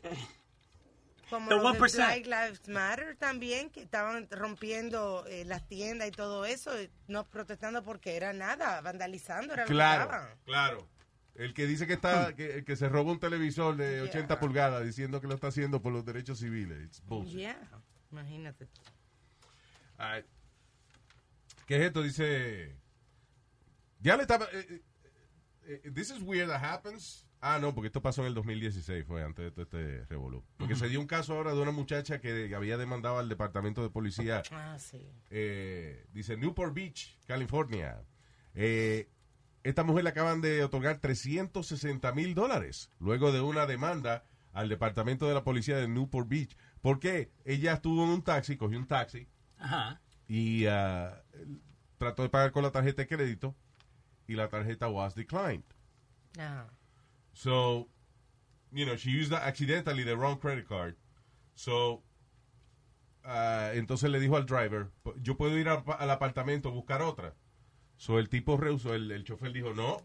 como The lo de 1%. Black Lives Matter también, que estaban rompiendo eh, las tiendas y todo eso, y no protestando porque era nada, vandalizando, era lo que Claro, estaban. claro. El que dice que está que, que se robó un televisor de 80 pulgadas diciendo que lo está haciendo por los derechos civiles. It's bullshit. Yeah, imagínate. All right. ¿Qué es esto? Dice. Ya le estaba. eh, eh, eh, this is weird that happens. Ah, no, porque esto pasó en el 2016, fue antes de todo este revolú. Porque se dio un caso ahora de una muchacha que había demandado al departamento de policía Ah, sí. eh, dice Newport Beach, California. Eh, esta mujer le acaban de otorgar 360 mil dólares luego de una demanda al departamento de la policía de Newport Beach. Porque ella estuvo en un taxi, cogió un taxi Ajá. y ah, trató de pagar con la tarjeta de crédito y la tarjeta was declined. Ah. So, you know, she used accidentally the wrong credit card. So, ah, entonces le dijo al driver, yo puedo ir a- al apartamento a buscar otra. So, el tipo rehusó, el, el chofer dijo, no.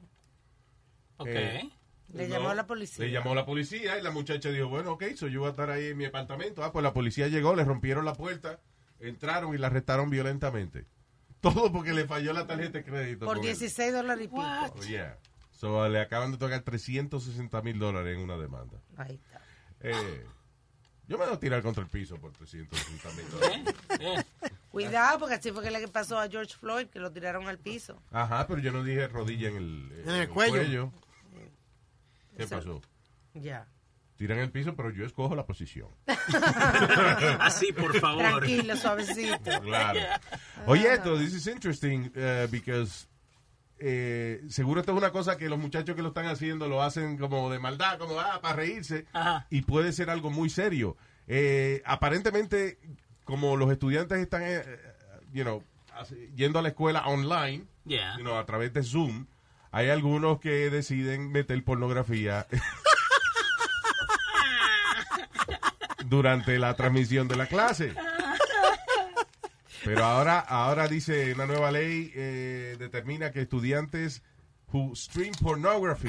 Ok. Eh, Le no. llamó a la policía. Le llamó la policía y la muchacha dijo, bueno, ok, so yo voy a estar ahí en mi apartamento. Ah, pues la policía llegó, le rompieron la puerta, entraron y la arrestaron violentamente. <laughs> Todo porque le falló la tarjeta de crédito. Por con él. 16 dólares y pico. Oh, yeah. So, le acaban de tocar 360 mil dólares en una demanda. Ahí está. Eh, yo me voy a tirar contra el piso por 360 mil dólares. Eh, Cuidado, porque así fue que le pasó a George Floyd, que lo tiraron al piso. Ajá, pero yo no dije rodilla en el, En el cuello. ¿Qué Eso- pasó? Ya. Tiran el piso, pero yo escojo la posición. Así, por favor. Tranquilo, suavecito. <laughs> Claro. Oye, esto, this is interesting, uh, because eh, seguro esto es una cosa que los muchachos que lo están haciendo lo hacen como de maldad, como ah, para reírse, Ajá. y puede ser algo muy serio. Eh, aparentemente, como los estudiantes están, eh, you know, hace- yendo a la escuela online, Yeah. you know, a través de Zoom, hay algunos que deciden meter <laughs> pornografía durante la transmisión de la clase. Pero ahora, ahora dice una nueva ley eh, determina que estudiantes who stream pornography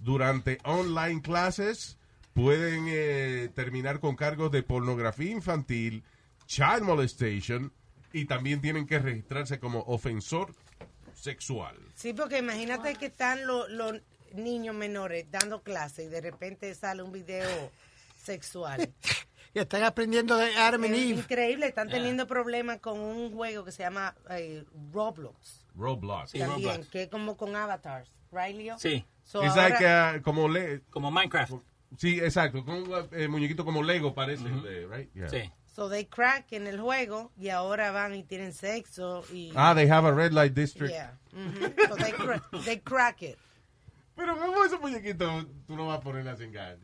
durante online classes pueden eh, terminar con cargos de pornografía infantil, child molestation y también tienen que registrarse como ofensor sexual. Sí, porque imagínate que están los, los niños menores dando clase y de repente sale un video sexual. Y están aprendiendo de Adam and Es Eve. increíble, están teniendo problemas con un juego que se llama eh, Roblox Roblox. Sí, también, Roblox. que es como con avatars, ¿right, Leo? Sí. So Es ahora- like, ah, como le Como Minecraft. sí, exacto, como un eh, muñequito como Lego parece, eh, right? Yeah. Sí. So they crack en el juego y ahora van y tienen sexo y... Ah, they have a red light district. yeah. Ujú. So they, cra- they crack it. Pero ¿cómo ese muñequito tú no vas a poner a cingar?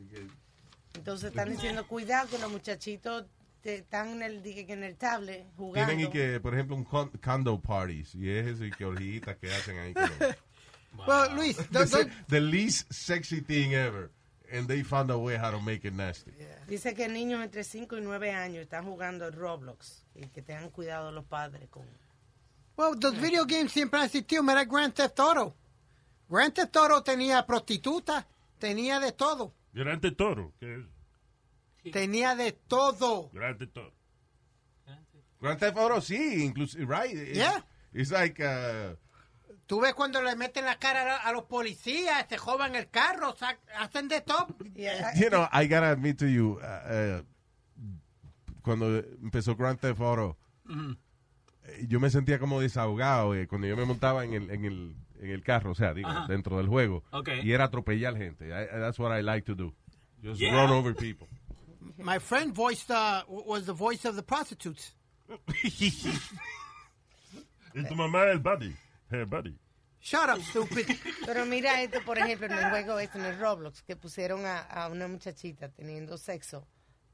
Entonces están diciendo, cuidado que los muchachitos te- están en el, dije que en el tablet jugando. Tienen y que, por ejemplo, un con- condo parties y es eso y que orgitas que hacen ahí. como- Well, Luis, don't- Dice, don't- the least sexy thing ever. And they found a way how to make it nasty. Dice que niños entre 5 y 9 años están jugando Roblox y que tengan cuidado los padres con... Well, los video games siempre han existido. Mira Grand Theft Auto. Grand Theft Auto tenía prostitutas, tenía de todo. Grande Toro. Que es Tenía de todo. Grand Theft Auto. Grand Theft Auto, sí, inclusive, right? It's- Yeah. It's like, uh, Tú ves cuando le meten la cara a la- a los policías, se joban el carro, sac- hacen de top. you know, I gotta admit to you, uh, uh, cuando empezó Grand Theft Auto, Ujú. eh, yo me sentía como desahogado eh, cuando yo me montaba en el, en el, en el carro, o sea, digo, Ajá. dentro del juego. Ok. Y era atropellar gente. I- that's what I like to do. Just Yeah. run over people. My friend voiced uh, w- was the voice of the prostitutes. Y Eh. tu mamá es Buddy. Hey, Buddy. Shut up, stupid. Pero mira esto, por ejemplo, en el juego este, en el Roblox, que pusieron a, a una muchachita teniendo sexo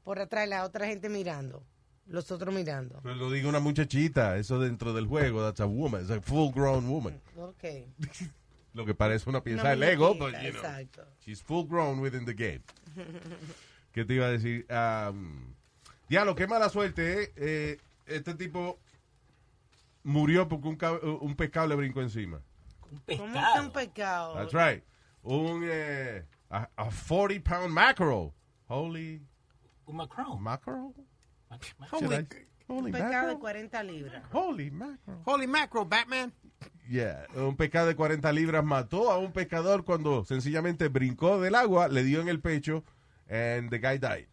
por atrás, la otra gente mirando, los otros mirando. Pero Pues lo digo una muchachita, eso dentro del juego, that's a woman, it's a full grown woman. Ok. Lo que parece una pieza Una de Lego, muñequita, but you know, exacto. she's full grown within the game. ¿Qué te iba a decir? Um, diablo, qué mala suerte, ¿eh? Eh, Este tipo murió porque un, cab- un pescado le brincó encima. ¿Cómo es un pecado? That's right. Un eh, a, a 40 pound mackerel. Holy. Un mackerel. Mackerel? Holy- Holy un pecado mackerel. de 40 libras. Holy macro. Holy macro, Batman. Yeah. Un pescado de 40 libras mató a un pescador cuando sencillamente brincó del agua, le dio en el pecho, and the guy died.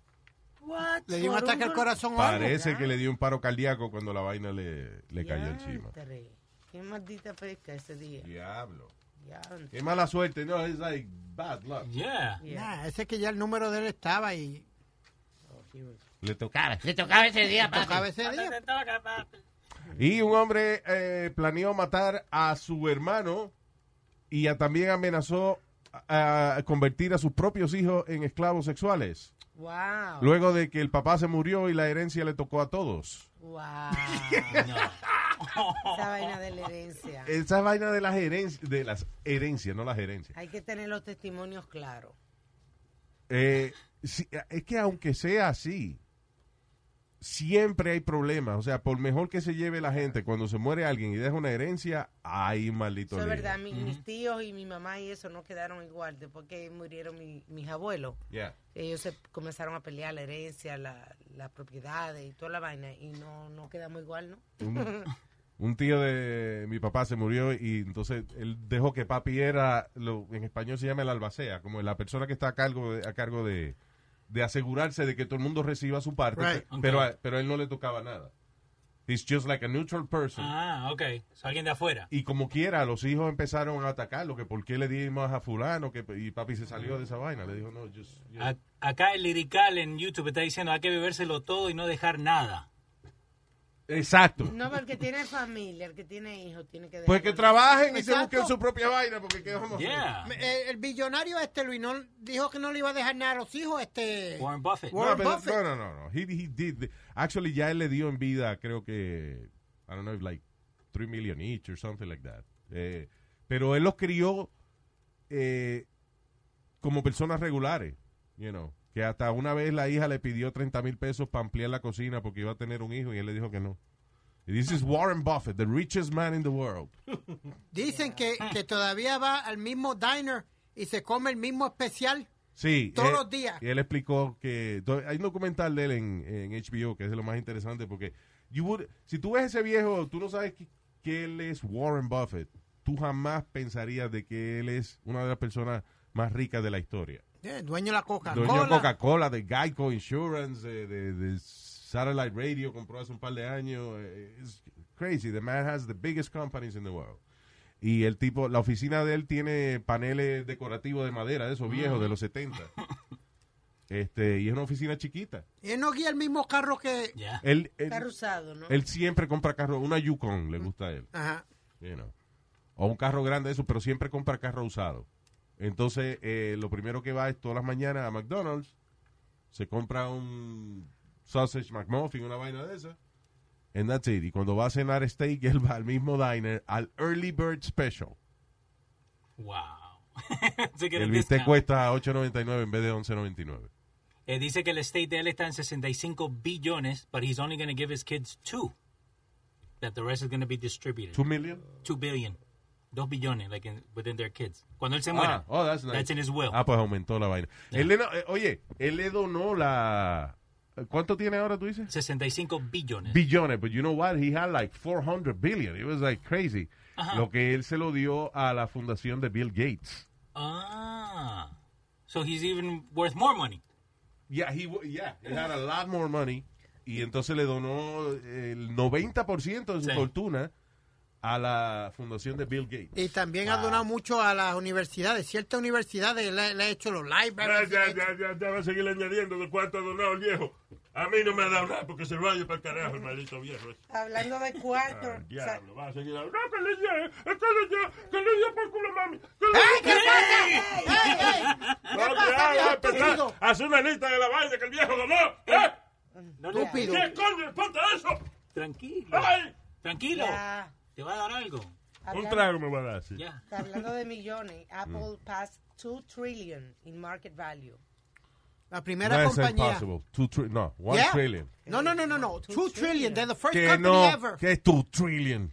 What? Le dio un Por ataque al gol- corazón o algo. Parece que le dio un paro cardíaco cuando la vaina le, le cayó encima. Diantre, Qué maldita pesca ese día. Diablo. Diantre. Qué mala suerte, no, es like bad luck. Nah, ese que ya el número de él estaba y Le tocaba. Le tocaba ese día, papi. tocaba ese día. Y un hombre eh, planeó matar a su hermano y a- también amenazó a a convertir a sus propios hijos en esclavos sexuales. Wow. Luego de que el papá se murió y la herencia le tocó a todos. Wow. <laughs> Esa vaina de la herencia. Esa vaina de las herencias, de las herencias, no las herencias. Hay que tener los testimonios claros. Eh, sí, es que aunque sea así, siempre hay problemas. O sea, por mejor que se lleve la gente, cuando se muere alguien y deja una herencia, hay un maldito Eso es lío. verdad. mi- Ujú. Mis tíos y mi mamá y eso no quedaron igual después que murieron mi- mis abuelos. Yeah. Ellos se comenzaron a pelear la herencia, la- las propiedades y toda la vaina. Y no, no quedamos igual, ¿no? Un, un tío de mi papá se murió y entonces él dejó que papi era, lo, en español se llama el albacea, como la persona que está a cargo de, a cargo de, de asegurarse de que todo el mundo reciba su parte, Right. pe- pero, a- pero a él no le tocaba nada. He's just like a neutral person. Ah, ok. So, alguien de afuera. Y como quiera, los hijos empezaron a atacarlo, que por qué le dimos a fulano, que, y papi se salió de esa vaina, le dijo, no, just- A- acá el lirical en YouTube está diciendo hay que bebérselo todo y no dejar nada. Exacto. No, porque tiene familia, el que tiene hijos tiene que... Pues que trabajen y se Exacto. busquen su propia vaina, porque qué vamos a hacer? Me- El, el billonario este Luis no dijo que no le iba a dejar nada a los hijos este Warren Buffett. No, Warren pero- Buffett. no, no, no, no. He, he did. the- actually, ya él le dio en vida, creo que, I don't know, if like 3 million each or something like that. Eh, pero él los crió eh, como personas regulares, you know. Que hasta una vez la hija le pidió 30 mil pesos para ampliar la cocina porque iba a tener un hijo y él le dijo que no. Y This is Warren Buffett, the richest man in the world. Dicen que, Ah. que todavía va al mismo diner y se come el mismo especial. Sí. Todos eh, los días. Y él explicó que to- hay un documental de él en, en HBO que es de lo más interesante porque you would- si tú ves ese viejo, tú no sabes que, que él es Warren Buffett. Tú jamás pensarías de que él es una de las personas más ricas de la historia. Eh, dueño de la Dueño de Coca-Cola. Coca-Cola, de Geico Insurance, eh, de, de Satellite Radio, compró hace un par de años. eh, It's crazy. The man has the biggest companies in the world. Y el tipo, la oficina de él tiene paneles decorativos de madera, de esos viejos, de los 70. Este, y es una oficina chiquita. Y él no guía el mismo carro que Él, él- Carro usado, ¿no? él siempre compra carro, una Yukon le gusta a él. Ajá. You know. O un carro grande, eso, pero siempre compra carro usado. Entonces, eh, lo primero que va es todas las mañanas a McDonald's, se compra un sausage McMuffin, una vaina de esa. And that's it. Y cuando va a cenar steak, <laughs> él va al mismo diner, al Early Bird Special. Wow. <laughs> Se queda El en bistec discount. cuesta 8.99 en vez de 11.99. Eh, dice que el estate de él está en 65 billones, but he's only going to give his kids two. That the rest is going to be distributed. ¿Two million? Two billion. Dos billones, like, in- within their kids. Cuando él se Ah, muera. oh, that's nice. in his will. Ah, pues aumentó la vaina. Él le- eh, oye, él le donó la... ¿Cuánto tiene ahora, tú dices? 65 billones. Billones, but you know what? He had like 400 billion. It was like crazy. Ajá. Lo que él se lo dio a la fundación de Bill Gates. Ah. So he's even worth more money. Yeah, he yeah, He had a lot more money. Y entonces le donó eh, el 90% de su fortuna a la fundación de Bill Gates. Y también ha donado mucho a las universidades. Ciertas universidades le, le ha hecho los Ya, libraries. ya, ya, ya, ya va a seguir añadiendo de cuánto ha donado el viejo. A mí no me ha dado nada porque se vaya para el carajo el maldito viejo. ese. Hablando de cuarto. Ah, diablo, va a seguir hablando. No, que le llegue, que le llegue, que le llegue por culo, mami. Que le No, ya, ya, empezar a hacer una lista de la vaina que el viejo donó. ¿eh? le hagas. ¿Qué coño le falta eso? Tranquilo. Ay. Tranquilo. Ya. Te va a dar algo. Hablando- me va a dar, sí. Ya. Hablando de millones, Apple passed 2 trillion in market value. La No primera es compañía. impossible. Two tri- no, one Yeah. trillion. No, no, no, no, no. Two trillion. They're the first Que company no, ever. que es two trillion.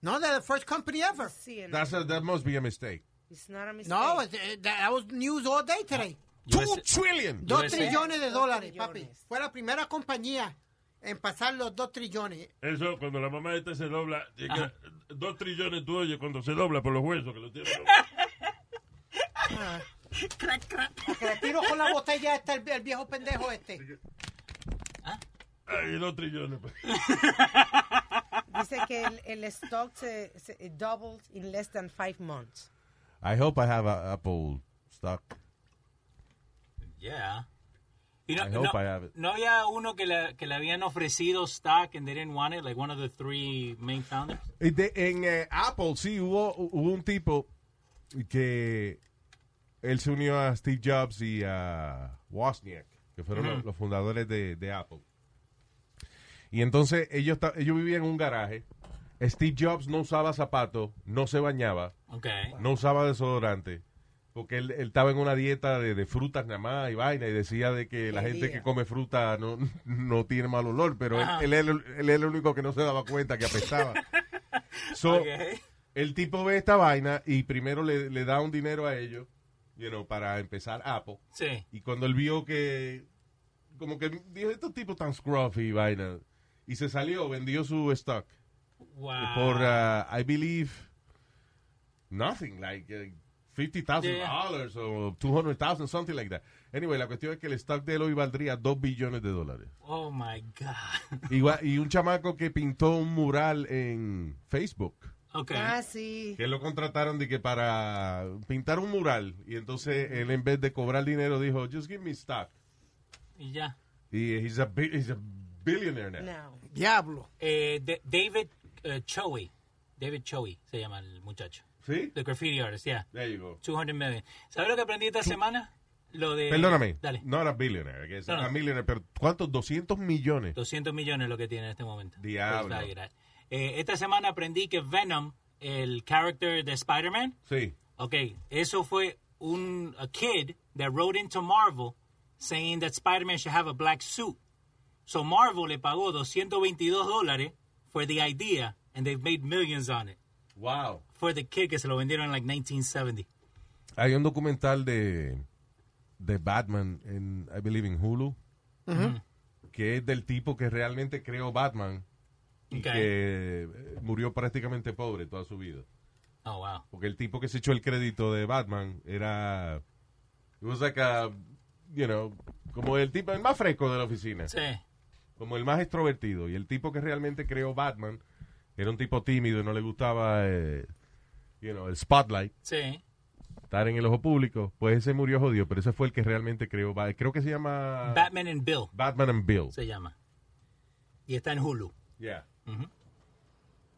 No, they're the first company ever. That's a- that must be a mistake. It's not a mistake. No, it's- eh, that that was news all day today. Two trillion. Dos USA. trillones de Dos dólares, papi. Fue la primera compañía en pasar los dos trillones. Eso, cuando la mamá esta se dobla, eh, que- dos trillones tú oyes cuando se dobla por los huesos que lo tiene. A que le tiro con la botella está el, el viejo pendejo este. Ay, dos trillones. pues. Dice que el, el stock se, se it doubled in less than five months. I hope I have a Apple stock. Yeah. You know, I hope no, I have it. no había uno que le, que le habían ofrecido stock and they didn't want it, like one of the three main founders. Eh, de- en eh, Apple, sí, hubo, hubo un tipo que él se unió a Steve Jobs y a Wozniak, que fueron los, Ujú. los fundadores de, de Apple. Y entonces ellos, ta- ellos vivían en un garaje. Steve Jobs no usaba zapatos, no se bañaba, Okay. no usaba desodorante, porque él, él estaba en una dieta de, de frutas nada más y vaina, y decía de que la Qué gente día. Ah. que come fruta no, no tiene mal olor, pero Ajá. él, él, él era el único que no se daba cuenta que <laughs> apestaba. So, El tipo ve esta vaina y primero le, le da un dinero a ellos, you know, para empezar Apple. Sí. Y cuando él vio que, como que dijo, estos tipos tan scruffy y vaina, y se salió, vendió su stock Wow. por, uh, I believe, nothing, like uh, $50,000 o $200,000, something like that. Anyway, la cuestión es que el stock de él hoy valdría 2 billones de dólares. Oh my God. Igual- y un chamaco que pintó un mural en Facebook. Okay. Ah, sí. Que lo contrataron de que para pintar un mural. Y entonces él en vez de cobrar dinero dijo, just give me stock. Y ya. Y he's a, bi- he's a billionaire now. Diablo. Eh, de- David eh, Choey. David Choey se llama el muchacho. ¿Sí? The graffiti artist, yeah. There you go. 200 million. ¿Sabes lo que aprendí esta semana? Lo de... Perdóname. Eh, Dale. No era billionaire. que es No, no. a millionaire. Pero ¿cuántos? 200 millones. 200 millones lo que tiene en este momento. Diablo. Volkswagen. Eh, esta semana aprendí que Venom, el character de Spider-Man, Sí. ok, eso fue un a kid that wrote into Marvel saying that Spider-Man should have a black suit. So Marvel le pagó 222 dólares for the idea and they've made millions on it. Wow. For the kid que se lo vendieron en like 1970. Hay un documental de, de Batman en, I believe, en Hulu. Que es del tipo que realmente creó Batman. Y Ok. que eh, murió prácticamente pobre toda su vida. Oh, wow. Porque el tipo que se echó el crédito de Batman era. It was like a. You know, como el tipo, el más fresco de la oficina. Sí. Como el más extrovertido. Y el tipo que realmente creó Batman era un tipo tímido y no le gustaba. eh, you know, el spotlight. Sí. Estar en el ojo público. Pues ese murió jodido. Pero ese fue el que realmente creó Batman. Creo que se llama. Batman and Bill Batman and Bill. se llama. Y está en Hulu. Yeah. Ujú.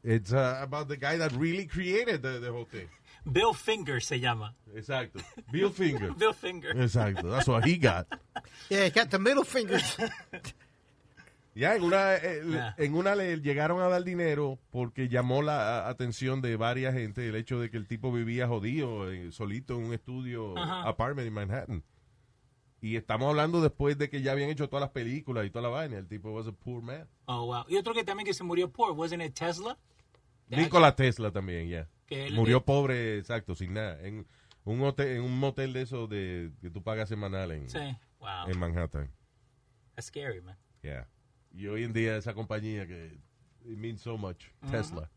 It's uh, about the guy that really created the, the whole thing. Bill Finger se llama. Exacto. Bill <laughs> Finger. Bill Finger. Exacto. That's what he got. Yeah, he got the middle fingers. Ya, en una, eh, Ya. en una le llegaron a dar dinero porque llamó la a- atención de varias gente el hecho de que el tipo vivía jodido, eh, solito en un estudio, Ajá. apartment en Manhattan. Y estamos hablando después de que ya habían hecho todas las películas y toda la vaina. El tipo was a poor man. Oh, wow. Y otro que también que se murió por, wasn't it Tesla? Nikola Tesla también, ya. Que él- Murió pobre, exacto, sin nada. En un hotel, en un motel de esos de, que tú pagas semanal en, Sí. Wow. en Manhattan. That's scary, man. Yeah. Y hoy en día esa compañía que it means so much, Ujú. Tesla.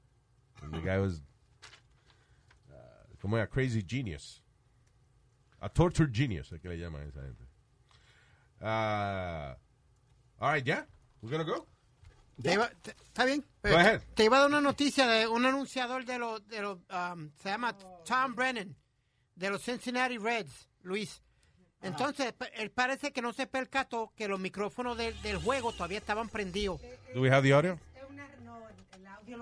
And the guy was uh, como era crazy genius. A tortured genius, es que le llaman a esa gente. Ah, all right, yeah. We're gonna go. Te iba- te- ¿Está bien? Go ahead. Te iba a dar una noticia de un anunciador de los, de los um, se llama Tom Brennan, de los Cincinnati Reds, Luis. Entonces, pa- él parece que no se percató que los micrófonos del- del juego todavía estaban prendidos. Do we have the audio?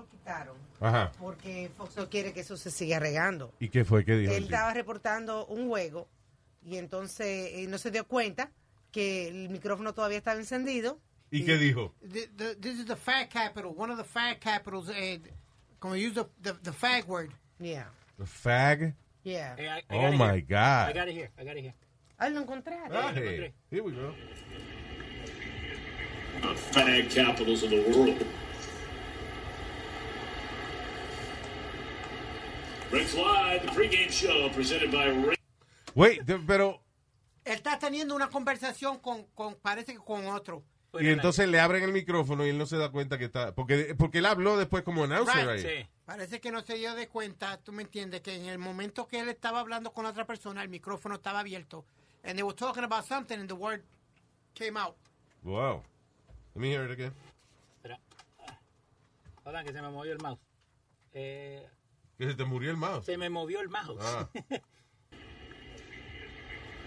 Quitaron, Ajá. porque Fox no quiere que eso se siga regando. ¿Y qué fue? ¿Qué dijo? Él el tipo? estaba reportando un juego y entonces eh, no se dio cuenta que el micrófono todavía estaba encendido. ¿Y qué dijo? The, the, this is the fag capital, one of the fag capitals. Eh, como use the, the, the fag word. Yeah. The fag. Yeah. Oh my God. I got it here. I got it here. Ay, lo encontré. Hey, here we go. The fag capitals of the world. Reds Live, the pregame show presented by Red. Wait, de- pero Él está teniendo una conversación con, con parece que con otro. y entonces le abren el micrófono y él no se da cuenta que está porque porque él habló después como announcer Right. right. Parece que no se dio de cuenta, tú me entiendes, que en el momento que él estaba hablando con otra persona, el micrófono estaba abierto. And they were talking about something and the word came out. Wow. Let me hear it again. Hola, que se me movió el mouse. Eh, Que se te murió el mouse. se me movió el mouse. Ah.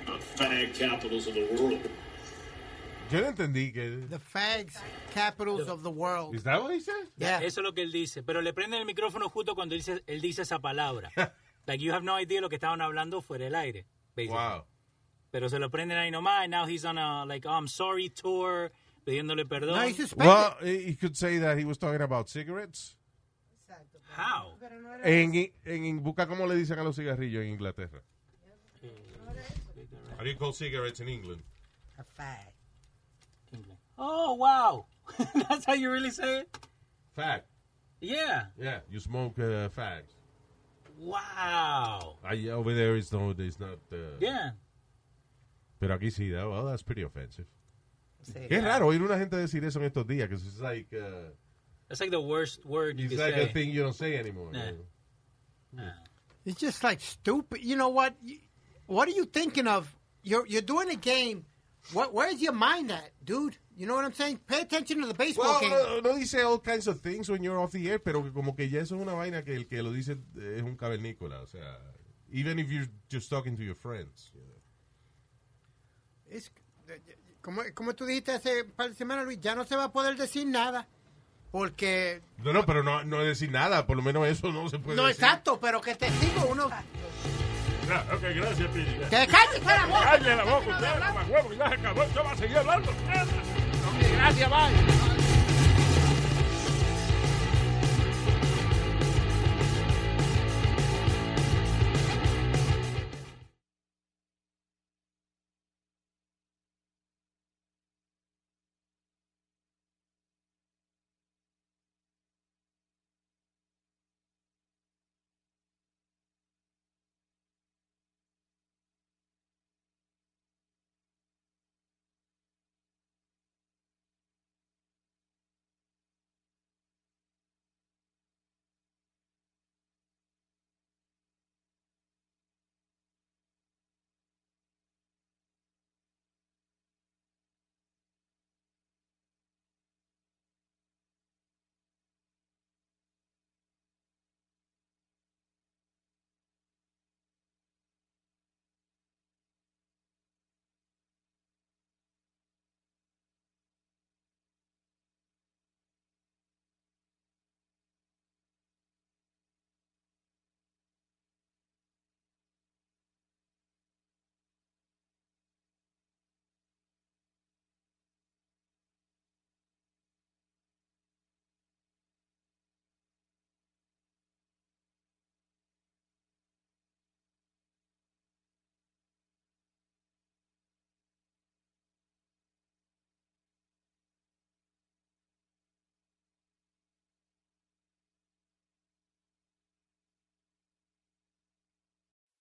The fag capitals of the world. Yo no entendí que The fags, capitals of the world. Is that what he said? Yeah. <laughs> Eso es lo que él dice. Pero le prenden el micrófono justo cuando dice, él dice esa <laughs> palabra. like, you have no idea lo que estaban hablando fuera del aire. basically. Wow. Pero se lo prenden ahí nomás. And now he's on a, like, oh, I'm sorry tour, pidiéndole perdón. Well, he could say that he was talking about cigarettes. How? En, en, en busca cómo le dicen a los cigarrillos en Inglaterra. How do you call cigarettes in England? A fag. Oh, wow. <laughs> That's how you really say it? Fag. Yeah. Yeah, you smoke uh, fags. Wow. I, over there is no, there's not. Uh, Yeah. Pero aquí sí, that- well, that's pretty offensive. Sí. Qué raro oír una gente decir eso en estos días, que it's like, uh, That's like the worst word you it's could like say. a thing you don't say anymore. Yeah. It's just like stupid. You know what? You- What are you thinking of? You're you're doing a game. What? Where's your mind at, dude? You know what I'm saying? Pay attention to the baseball Well, uh, game. no, no dice all kinds of things when you're off the air, pero que como que ya eso es una vaina que el que lo dice es un cavernícola, o sea, even if you're just talking to your friends. you know. Es- como, como tú dijiste hace un par de semanas, Luis, ya no se va a poder decir nada. Porque. No, no, pero no, no decir nada, por lo menos eso no se puede no, decir. exacto, pero que te digo uno. Gra- Ah, ok, gracias, Piri. ¡Que cállese la boca! ¡Cállese la boca! ¡Usted mamá huevo! ¡Ya se acabó! ¡Yo voy a seguir hablando! Ok, gracias, bye.